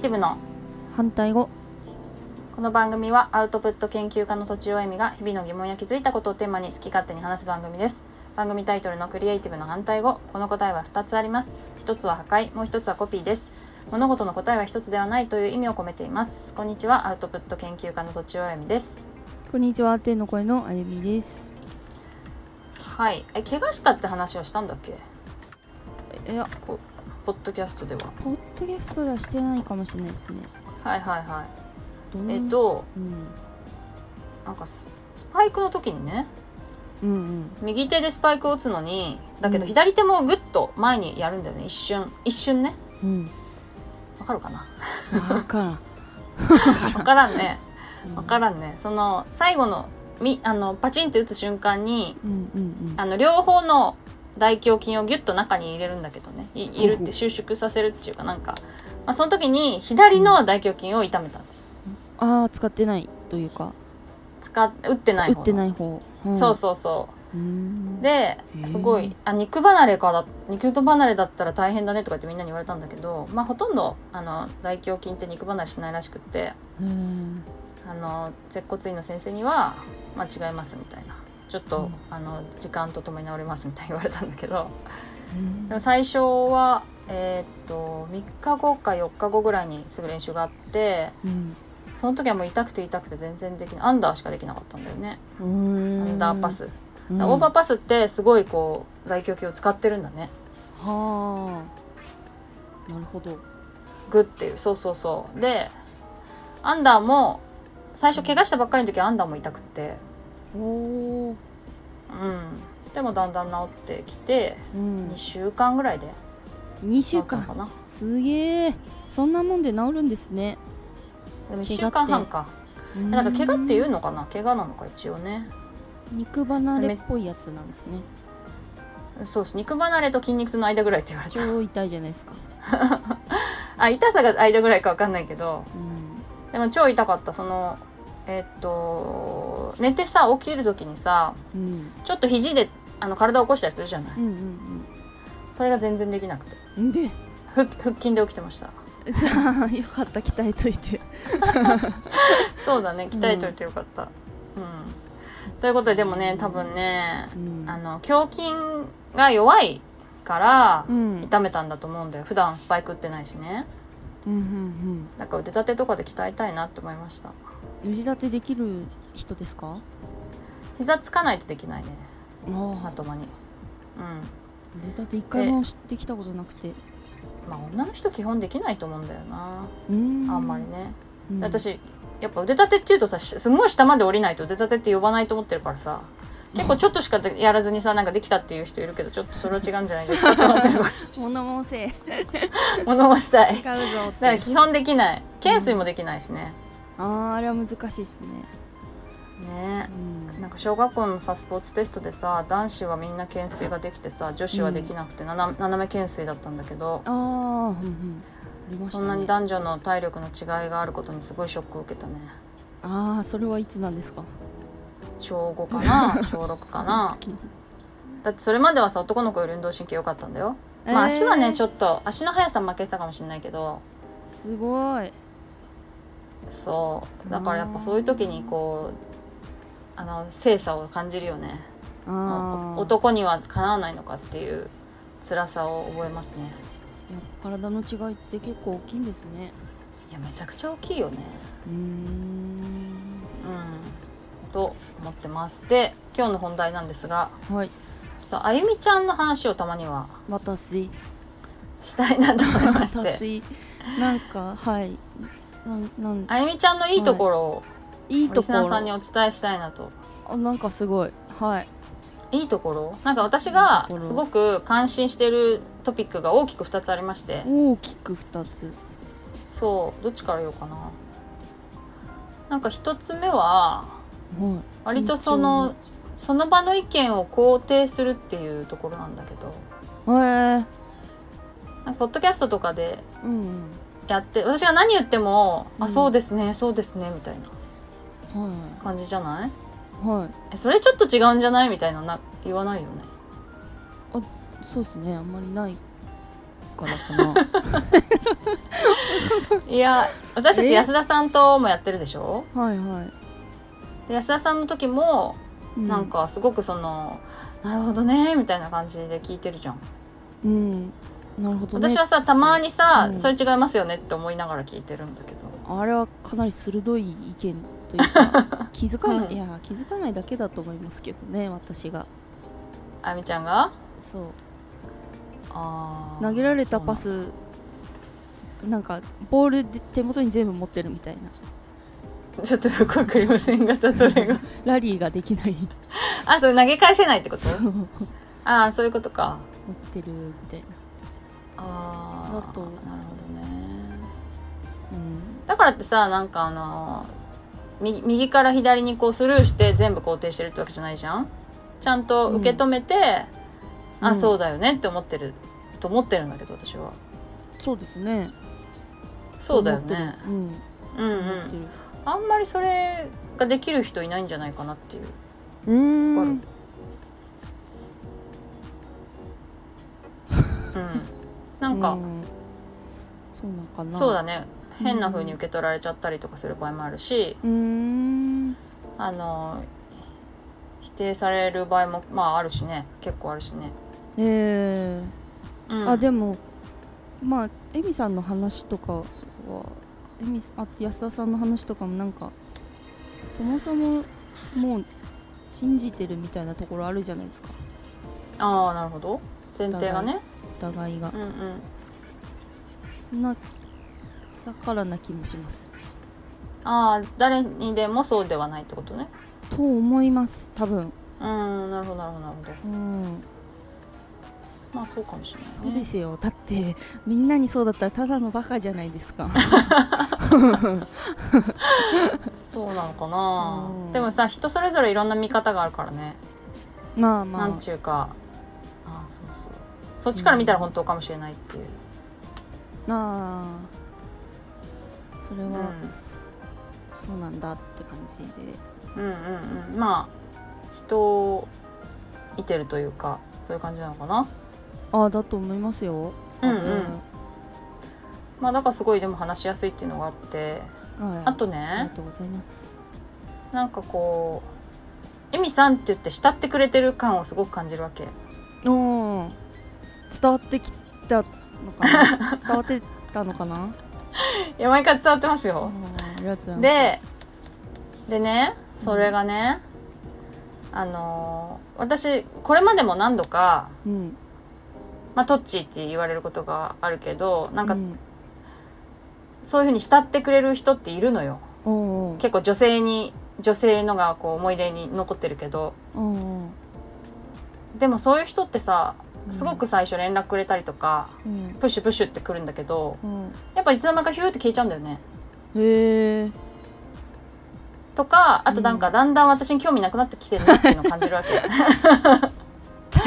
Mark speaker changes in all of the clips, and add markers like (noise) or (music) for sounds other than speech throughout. Speaker 1: ティブの
Speaker 2: 反対語
Speaker 1: この番組はアウトプット研究家のとちおえみが日々の疑問や気づいたことをテーマに好き勝手に話す番組です番組タイトルのクリエイティブの反対語この答えは2つあります1つは破壊もう1つはコピーです物事の答えは1つではないという意味を込めていますこんにちはアウトプット研究家のとちおえみです
Speaker 2: こんにちは天の声のあゆみです
Speaker 1: はいえ怪我したって話をしたんだっけ
Speaker 2: いや
Speaker 1: こうポッドキャストでは
Speaker 2: ポッドキャストではしてないかもしれないですね
Speaker 1: はいはいは
Speaker 2: ど
Speaker 1: い
Speaker 2: ん
Speaker 1: えっと
Speaker 2: うん、
Speaker 1: なんかススパイクの時にね
Speaker 2: うんうん
Speaker 1: 右手でスパイクを打つのにだけ
Speaker 2: う
Speaker 1: ど
Speaker 2: ん
Speaker 1: 左手もグッと前にやるんだよね一瞬一瞬ね
Speaker 2: うん
Speaker 1: わかるか
Speaker 2: (laughs)
Speaker 1: な
Speaker 2: 分からん
Speaker 1: わからんね
Speaker 2: 分
Speaker 1: わから
Speaker 2: ん
Speaker 1: らんねその最後のみあのパチンって打つ瞬間に
Speaker 2: うんうんうん
Speaker 1: あの両方の大胸筋をギュッと中に入れるんだけどねい入れるって収縮させるっていうかなんか、まあ、その時に左の大胸筋を痛めたんです
Speaker 2: あー使ってないというか
Speaker 1: 使っ打ってない
Speaker 2: 打
Speaker 1: 方、
Speaker 2: ってないい方、
Speaker 1: そう
Speaker 2: そ
Speaker 1: そうそう
Speaker 2: ううん
Speaker 1: ですごいあ肉離れかだ肉離れだったら大変だねとかってみんなに言われたんだけど、まあ、ほとんどあの大胸筋って肉離れしないらしくって
Speaker 2: うん
Speaker 1: あの接骨院の先生には「間違います」みたいなちょっと、
Speaker 2: うん
Speaker 1: あの時間とともに治りますみたいに言われたんだけど
Speaker 2: うん
Speaker 1: でも最初は、えーっと3日後か4日後ぐらいにすぐ練習があって
Speaker 2: うん
Speaker 1: その時はもう痛くて痛くて全然できないアンダーしかできなかったんだよねア
Speaker 2: ア
Speaker 1: ンダーパ、ス、
Speaker 2: うん
Speaker 1: オーバーパスってすごいこう外胸筋を使ってるんだね
Speaker 2: はあなるほど
Speaker 1: グッていうそうそうそうでアンダーも最初怪我したばっかりの時はアンダーも痛くて
Speaker 2: お
Speaker 1: う
Speaker 2: ー
Speaker 1: んでもだんだん治ってきて
Speaker 2: うん
Speaker 1: 2週間ぐらいで
Speaker 2: 2
Speaker 1: 治
Speaker 2: 週
Speaker 1: ったのか
Speaker 2: 間
Speaker 1: な
Speaker 2: すげえそんなもんで治るんですね
Speaker 1: でも1週間半かなんか怪我っていうのかな怪我なのか一応ね
Speaker 2: 肉離れっぽいやつなんですね
Speaker 1: そうです肉離れと筋肉痛の間ぐらいって言われた
Speaker 2: 超痛いじゃないですか、
Speaker 1: あ痛さが間ぐらいか分かんないけど
Speaker 2: うん、
Speaker 1: でも超痛かったそのえっと寝てさ起きる時にさ
Speaker 2: うん
Speaker 1: ちょっと肘であの体を起こしたりするじゃない
Speaker 2: うんうん
Speaker 1: それが全然できなくて
Speaker 2: うん (laughs) で
Speaker 1: 腹腹筋で起きてました
Speaker 2: じゃあよかった鍛えといて
Speaker 1: そうだね鍛えておいてよかったうん、ということででもね多分ね
Speaker 2: うん
Speaker 1: あの胸筋が弱いから
Speaker 2: うん
Speaker 1: 痛めたんだと思うんだよ普段スパイク打ってないしね
Speaker 2: うんうん
Speaker 1: だから腕立てとかで鍛えたいなって思いました
Speaker 2: うん腕立てできる人ですか
Speaker 1: 膝つかないとできないねま
Speaker 2: あ
Speaker 1: ともにうん
Speaker 2: 腕立て一回もしてきたことなくて
Speaker 1: まあ女の人基本できないと思うんだよな
Speaker 2: うん
Speaker 1: あんまりね、
Speaker 2: うん
Speaker 1: 私やっぱ腕立てっていうとさしすごい下まで降りないと腕立てって呼ばないと思ってるからさ結構ちょっとしかやらずにさなんかできたっていう人いるけどちょっとそれは違うんじゃないですかって思ってるか
Speaker 2: 物申せ違う
Speaker 1: ら物申したいだか
Speaker 2: ぞっ
Speaker 1: ら
Speaker 2: て
Speaker 1: 基本できない懸垂もできないしね、
Speaker 2: あああれは難しいですね
Speaker 1: ね
Speaker 2: うん
Speaker 1: なんか小学校のさスポーツテストでさ男子はみんな懸垂ができてさ女子はできなくて、なな斜め懸垂だったんだけど、
Speaker 2: ああうんうんありまし
Speaker 1: そ
Speaker 2: たね
Speaker 1: んなに男女の体力の違いがあることにすごいショックを受けたね
Speaker 2: ああそれはいつなんですか
Speaker 1: 小5か
Speaker 2: (laughs)
Speaker 1: な小6かなだってそれまではさ男の子より運動神経良かったんだよ、まあ足はねち
Speaker 2: ょっ
Speaker 1: ょっと足の速さ負けてたかもしれないけど
Speaker 2: とすごい
Speaker 1: そうだからやっぱそういう時にこうあの性差を感じるよね
Speaker 2: ああ
Speaker 1: 男にはかなわないのかっていう辛さを覚えますね
Speaker 2: やっぱ体の違いって結構大きいんですね
Speaker 1: いやめちゃくちゃ大きいよね
Speaker 2: うーん
Speaker 1: うんと思ってますで今日の本題なんですが
Speaker 2: はい
Speaker 1: ちょっとあゆみちゃんの話をたまには
Speaker 2: 私
Speaker 1: したいなと思い (laughs) まして
Speaker 2: 私なんかはいなんなん
Speaker 1: あゆみちゃんのいいところを
Speaker 2: いい
Speaker 1: リ
Speaker 2: と
Speaker 1: ス
Speaker 2: こ
Speaker 1: ナーさんに
Speaker 2: ろ
Speaker 1: お伝えしたいなと
Speaker 2: あなんかすごいはい
Speaker 1: いいところなんか私が
Speaker 2: いいところ
Speaker 1: すごく感心してるトピックが大きく2つありまして
Speaker 2: 大きく二つ
Speaker 1: そうどっちから言おうかななんか1つ目は
Speaker 2: は
Speaker 1: 割とそのその場の意見を肯定するっていうところなんだけど
Speaker 2: いへえ
Speaker 1: なんかポッドキャストとかで
Speaker 2: うん
Speaker 1: やって私が何言っても「
Speaker 2: う
Speaker 1: あ
Speaker 2: ん
Speaker 1: そうですねそうですね」みたいな
Speaker 2: うん
Speaker 1: 感じじゃない
Speaker 2: はいは
Speaker 1: えそれちょっと違うんじゃないみたいなな言わないよね
Speaker 2: いそうですねあんまりないからかな
Speaker 1: (laughs) いや私たち
Speaker 2: え
Speaker 1: 安田さんともやってるでしょ
Speaker 2: はいはい、
Speaker 1: で安田さんの時も
Speaker 2: う
Speaker 1: なんかすごくその「なるほどね」みたいな感じで聞いてるじゃん、
Speaker 2: うんなるほどね
Speaker 1: 私はさたまにさ、
Speaker 2: うん
Speaker 1: それ違いますよね」って思いながら聞いてるんだけど
Speaker 2: あれはかなり鋭い意見というか気づかない、
Speaker 1: うん (laughs)
Speaker 2: いや気づかないだけだと思いますけどね私が
Speaker 1: あやみちゃんが
Speaker 2: そう
Speaker 1: あー
Speaker 2: 投げられたパスなんかボールで手元に全部持ってるみたいな
Speaker 1: そうなんだちょっとよくわかりませんが例えが
Speaker 2: ラリーができない
Speaker 1: (laughs) あそう投げ返せないってこと
Speaker 2: そう持
Speaker 1: ああそういうことか
Speaker 2: ってるみたいな、
Speaker 1: ああ
Speaker 2: あと
Speaker 1: なるほどね
Speaker 2: うん、
Speaker 1: だからってさなんかあの右右から左にこうスルーして全部肯定してるってわけじゃないじゃんちゃんと受け止めて、あ、
Speaker 2: うん
Speaker 1: そうだよねって思ってると思ってるんだけど私は
Speaker 2: そうですね
Speaker 1: そうだよね
Speaker 2: 思ってる
Speaker 1: うんう
Speaker 2: うん思って
Speaker 1: ん
Speaker 2: る
Speaker 1: あんまりそれができる人いないんじゃないかなっていう
Speaker 2: うーん
Speaker 1: うんなんか、
Speaker 2: うんそうなんかな
Speaker 1: そうだね変な風に受け取られちゃったりとかする場合もあるし、
Speaker 2: うーん
Speaker 1: あの否定される場合もまああるしね結構あるしね、
Speaker 2: えー
Speaker 1: うん、
Speaker 2: あでもまあエミさんの話とかはエミあ安田さんの話とかもなんかそもそももう信じてるみたいなところあるじゃないですか
Speaker 1: ああなるほど前提がね
Speaker 2: お互いが
Speaker 1: うんうん
Speaker 2: なだからな気もします
Speaker 1: ああ誰にでもそうではないってことね
Speaker 2: と思います多分
Speaker 1: うんなるほどなるほどなるほど
Speaker 2: うん
Speaker 1: まあそうかもしれない、ね、
Speaker 2: そうですよだってみんなにそうだったらただのバカじゃないですか (laughs)
Speaker 1: そうなのかな、
Speaker 2: うん
Speaker 1: でもさ人それぞれいろんな見方があるからね、
Speaker 2: まあま
Speaker 1: なん
Speaker 2: あ
Speaker 1: ちゅうかああそうそうそっちから見たら本当かもしれないっていう、
Speaker 2: なあそれは、
Speaker 1: うん
Speaker 2: そそうなんだって感じで
Speaker 1: うん、うんうんまあ人を見てるというかそういう感じなのかな
Speaker 2: あだと思いますよ。
Speaker 1: うんうんまあだからすごいでも話しやすいっていうのがあって
Speaker 2: はい、
Speaker 1: あと
Speaker 2: あり
Speaker 1: ね
Speaker 2: がとうございます。
Speaker 1: なんかこう「エミさん」って言って慕ってくれてる感をすごく感じるわけ
Speaker 2: おお伝わってきたのか
Speaker 1: (laughs)
Speaker 2: な伝わってたのかな
Speaker 1: いや毎回伝わってます
Speaker 2: あ
Speaker 1: よ
Speaker 2: ーありがとうございます。
Speaker 1: ででねそれがね、あのー私これまでも何度か、
Speaker 2: うん、
Speaker 1: まあ、トッチーって言われることがあるけどなんか
Speaker 2: うん、
Speaker 1: そういうふうに慕ってくれる人っているのよ
Speaker 2: おお
Speaker 1: 結構女性に女性のがこう思い出に残ってるけど
Speaker 2: おお
Speaker 1: でもそういう人ってさすごく最初連絡くれたりとか、
Speaker 2: うん
Speaker 1: プッシュプッシュってくるんだけど
Speaker 2: うん
Speaker 1: やっぱいつの間にかヒューって消えちゃうんだよね
Speaker 2: へえ
Speaker 1: とかあとなんか
Speaker 2: う
Speaker 1: だんだん私に興味なくなってきてるなっていうのを感じるわ
Speaker 2: (laughs)
Speaker 1: け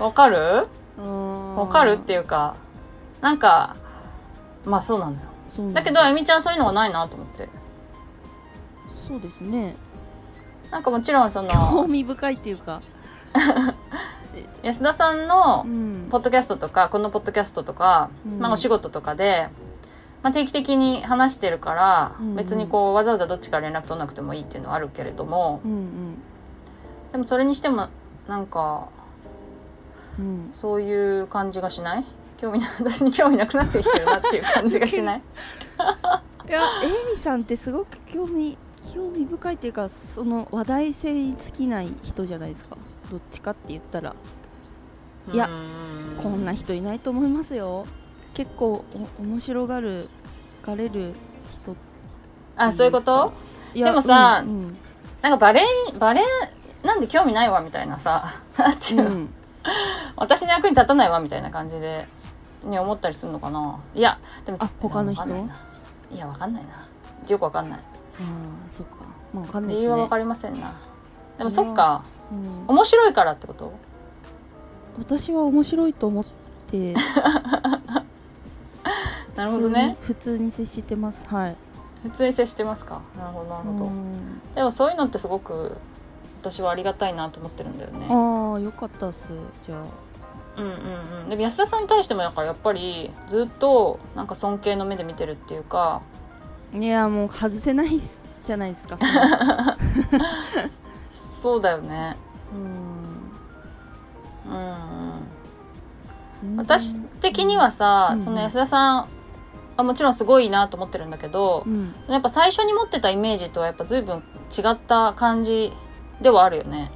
Speaker 1: わかるわ
Speaker 2: わ
Speaker 1: かるっていうかなんかまあそうなんだよ
Speaker 2: そうなん
Speaker 1: だけどあゆみちゃんそういうのがないなと思って
Speaker 2: そうですね
Speaker 1: なんかもちろんそ
Speaker 2: 興
Speaker 1: の
Speaker 2: 味深いっていうか
Speaker 1: 安田さんの
Speaker 2: うん
Speaker 1: ポッドキャストとかこのポッドキャストとか、
Speaker 2: うん
Speaker 1: まあ、お仕事とかで、まあ、定期的に話してるから、
Speaker 2: うん
Speaker 1: 別にこうわざわざどっちから連絡取らなくてもいいっていうのはあるけれども
Speaker 2: うん
Speaker 1: でもそれにしてもなんか
Speaker 2: うんうん
Speaker 1: そういう感じがしない興味な私に興味なくなってきてるなっていう感じがしない
Speaker 2: いやエミさんってすごく興味興味深いっていうかその話題性に尽きない人じゃないですかどっちかって言ったら (laughs) いや
Speaker 1: うー
Speaker 2: こんな人いないと思いますよ結構お面白がるがれる人
Speaker 1: あそういうこと
Speaker 2: い
Speaker 1: でもさ
Speaker 2: うんうん
Speaker 1: なんかバレーバレーなんで興味ないわみたいなさ (laughs) なんていうの
Speaker 2: うん
Speaker 1: 私の役に立たないわみたいな感じで、ね、思ったりするのかないやでも
Speaker 2: あ他の人
Speaker 1: わかんないないやわかんないなよくわかんない
Speaker 2: ああそっかまあわかんない
Speaker 1: 理
Speaker 2: です
Speaker 1: 由はわ
Speaker 2: ね
Speaker 1: か、りませんなでもそっか
Speaker 2: うん、
Speaker 1: 面白いからってこと
Speaker 2: 私は面白いと思って
Speaker 1: なるほ
Speaker 2: 普通
Speaker 1: ど
Speaker 2: に、
Speaker 1: ね
Speaker 2: 普通に接してますはい
Speaker 1: 普通に接してますかなるほどなるほど、
Speaker 2: うん
Speaker 1: でもそういうのってすごく私はありがたいなと思ってるんだよね
Speaker 2: ああよかったっすじゃあ
Speaker 1: うんうんうん、でも安田さんに対してもだからやっぱりずっとなんか尊敬の目で見てるっていうか
Speaker 2: いやもう外せないっすじゃないですかそ
Speaker 1: (laughs)
Speaker 2: の
Speaker 1: そうだよね
Speaker 2: うん
Speaker 1: うんうん
Speaker 2: 全然
Speaker 1: 私的にはさ、
Speaker 2: うん
Speaker 1: その安田さんあもちろんすごいなと思ってるんだけど
Speaker 2: う、ん
Speaker 1: やっぱ最初に持ってたイメージとはやっぱ随分違った感じではあるよね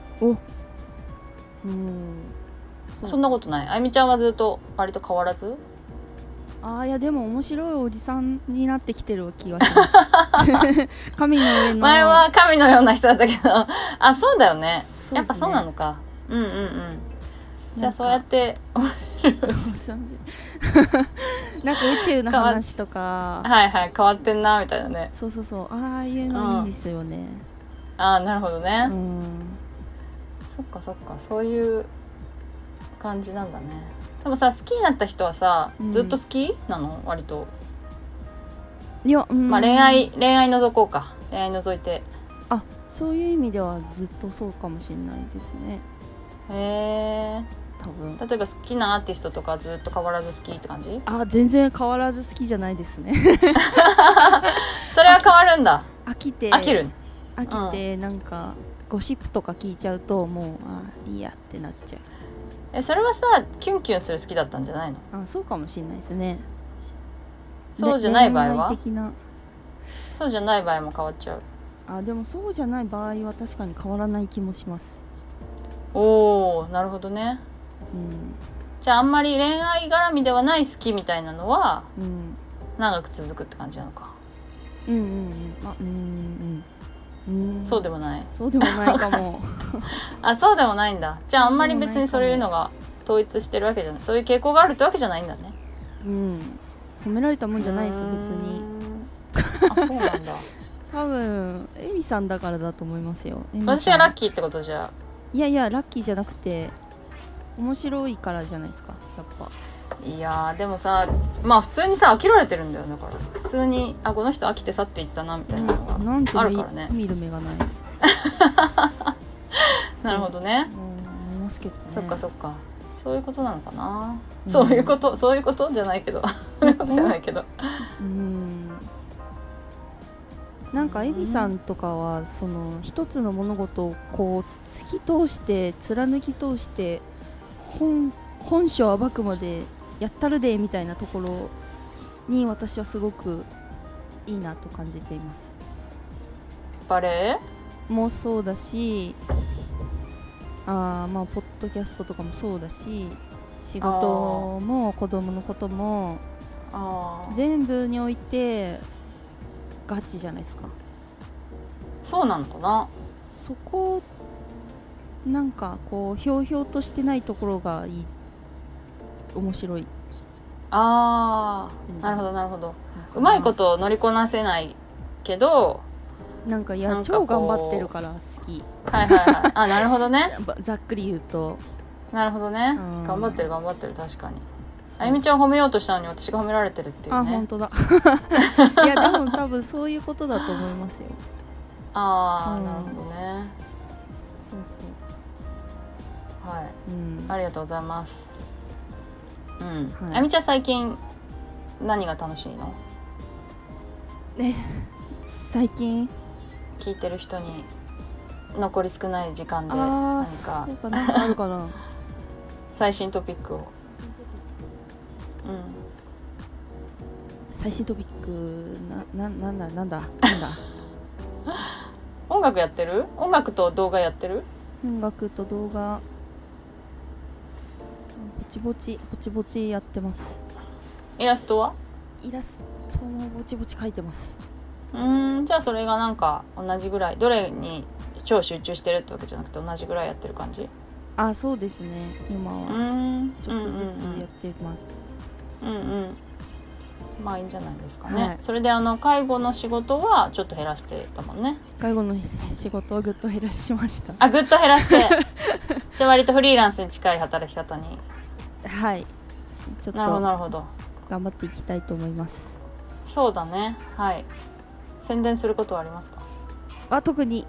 Speaker 2: うん
Speaker 1: そんなことないあゆみちゃんはずっと割と変わらず
Speaker 2: あーいやでも面白いおじさんになってきてる気が
Speaker 1: (laughs)
Speaker 2: します。神の上の
Speaker 1: 前は神のような人だったけど (laughs) あそうだよね
Speaker 2: そうですね
Speaker 1: やっぱそうなのかうんうんうんじゃあそうやっ。て
Speaker 2: なんかなんか宇宙の話とか。
Speaker 1: はいはい変わってんなみたいなね
Speaker 2: そうそうそうああいうのいいですよね。
Speaker 1: ああなるほどね
Speaker 2: う、ん
Speaker 1: そっかそっかそういう感じなんだねでもさ好きになった人はさ
Speaker 2: うん
Speaker 1: ずっと好きなの割と
Speaker 2: いや、うん
Speaker 1: まあ恋愛恋愛除こうか恋愛除いて
Speaker 2: あそういう意味ではずっとそうかもしれないですね
Speaker 1: へえ
Speaker 2: 多分。
Speaker 1: 例えば好きなアーティストとかずっと変わらず好きって感じ
Speaker 2: あ全然変わらず好きじゃないですね。
Speaker 1: それは変わるんだ
Speaker 2: 飽きて
Speaker 1: 飽きる
Speaker 2: 飽きてなんかゴシップとか聞いちゃうともうあーいいやってなっちゃう。
Speaker 1: えそれはさキュンキュンする好きだったんじゃないの
Speaker 2: あそうかもしれないですね
Speaker 1: そうじゃない場合は
Speaker 2: れ恋愛的な
Speaker 1: そうじゃない場合も変わっちゃう
Speaker 2: あでもそうじゃない場合は確かに変わらない気もします
Speaker 1: おーなるほどね
Speaker 2: う
Speaker 1: じゃああんまり恋愛絡みではない好きみたいなのは
Speaker 2: んうん
Speaker 1: 長く続くって感じなのか、
Speaker 2: うんうんうんあうんうんうん
Speaker 1: そうでもない
Speaker 2: そうでもない
Speaker 1: (laughs)
Speaker 2: かも
Speaker 1: あそうでもないんだじゃああんまり別に
Speaker 2: そ
Speaker 1: そう
Speaker 2: で
Speaker 1: ういう
Speaker 2: もないかも
Speaker 1: のが統一してるわけじゃないそういう傾向があるってわけじゃないんだね
Speaker 2: うん褒められたもんじゃないです
Speaker 1: うーん
Speaker 2: 別に
Speaker 1: あそうなん
Speaker 2: (laughs)
Speaker 1: だ
Speaker 2: 多分エミさんだからだと思いますよエミさん
Speaker 1: 私はラッキーってことじゃ
Speaker 2: いやいやラッキーじゃなくて面白いからじゃないですかやっぱ
Speaker 1: いやーでもさまあ普通にさ飽きられてるんだよだから普通にあこの人飽きて去っていったなみたいなのが、
Speaker 2: なんて
Speaker 1: あるからね
Speaker 2: 見る目がない、
Speaker 1: なるほどね、
Speaker 2: うん、思いますけどね
Speaker 1: そっかそっかそういうことなのかな、
Speaker 2: うん
Speaker 1: そういうことそういうことじゃないけどそういうことじゃないけど
Speaker 2: うんなんかエビさんとかはその一つの物事をこう突き通して貫き通して本本性を暴くまでやったるでみたいなところに私はすごくいいなと感じています
Speaker 1: バレ
Speaker 2: もそうだしあーまあポッドキャストとかもそうだし仕事も子供のことも
Speaker 1: ーあー
Speaker 2: 全部においてガチじゃないですか
Speaker 1: そうなのかな
Speaker 2: そこなんかこうひょうひょうとしてないところがいい面白い
Speaker 1: あ
Speaker 2: うん
Speaker 1: ーなるほどなるほど
Speaker 2: のかな
Speaker 1: うまいこと乗りこなせないけど
Speaker 2: なんかい
Speaker 1: な
Speaker 2: や
Speaker 1: んかこ
Speaker 2: 超
Speaker 1: う
Speaker 2: 頑張ってるから好き
Speaker 1: はいはいはいあなるほどね
Speaker 2: ばざっくり言うと
Speaker 1: なるほどね
Speaker 2: うん
Speaker 1: 頑張ってる頑張ってる確かにあゆみちゃんを褒めようとしたのに私が褒められてるってい
Speaker 2: あ
Speaker 1: う
Speaker 2: 本
Speaker 1: ね
Speaker 2: 当だ (laughs) いやでも多分そういうことだと思いますよ
Speaker 1: ああ
Speaker 2: うん
Speaker 1: なるほどね
Speaker 2: そうそ
Speaker 1: は
Speaker 2: ううん
Speaker 1: いありがとうございますうん、
Speaker 2: は
Speaker 1: あ
Speaker 2: い
Speaker 1: ゆみちゃん最近何が楽しいの
Speaker 2: (laughs) 最近
Speaker 1: 聞いてる人に残り少ない時間で
Speaker 2: あ
Speaker 1: 何
Speaker 2: あ
Speaker 1: か
Speaker 2: そうかなんかあるかな (laughs)
Speaker 1: 最新トピックをうん
Speaker 2: 最新トピックなななんだなんだなんだ
Speaker 1: 音楽やってる音楽と動画やってる
Speaker 2: 音楽と動画ぼちぼちぼちぼちやってます
Speaker 1: イラストは
Speaker 2: イラストもぼちぼち描いてます
Speaker 1: うーんじゃあそれがなんか同じぐらいどれに超集中してるってわけじゃなくて同じぐらいやってる感じう
Speaker 2: あそうですね今
Speaker 1: ー
Speaker 2: は
Speaker 1: ん
Speaker 2: ちょっとずつやってます、
Speaker 1: うんうんうんうんうんまあいいんじゃないですかね、
Speaker 2: はい
Speaker 1: それであの介護の仕事はちょっと減らしてたもんね
Speaker 2: 介護の仕事をぐっと減らしました
Speaker 1: あぐっと減らして
Speaker 2: (laughs)
Speaker 1: じゃあ割とフリーランスに近い働き方に
Speaker 2: はいちょっ
Speaker 1: なるほど
Speaker 2: と
Speaker 1: なるほど
Speaker 2: 頑張っていきたいと思います
Speaker 1: そうだねはい宣伝することはありますか
Speaker 2: あ
Speaker 1: (laughs)
Speaker 2: 特に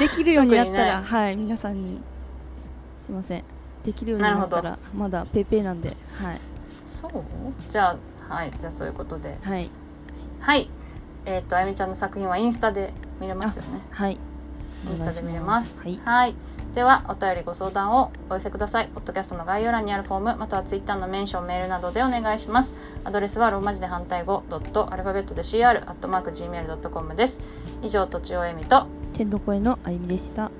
Speaker 2: できるようになった
Speaker 1: 特に
Speaker 2: ら、
Speaker 1: ない
Speaker 2: はい皆さんにすいませんできるようになった
Speaker 1: な
Speaker 2: らまだペーペーなんではい
Speaker 1: そうじゃあはいじゃあそういうことで
Speaker 2: はい
Speaker 1: はいえっ、とあゆみちゃんの作品はインスタで見れますよね
Speaker 2: はい
Speaker 1: インスタで見れます
Speaker 2: はい
Speaker 1: はいではお便りご相談をお寄せくださいポッドキャストの概要欄にあるフォームまたはツイッターのメンションメールなどでお願いしますアドレスはローマ字で反対語ドットアルファベットで CR アットマーク Gmail.com です以上とちおえみと
Speaker 2: 天の声のあゆみでした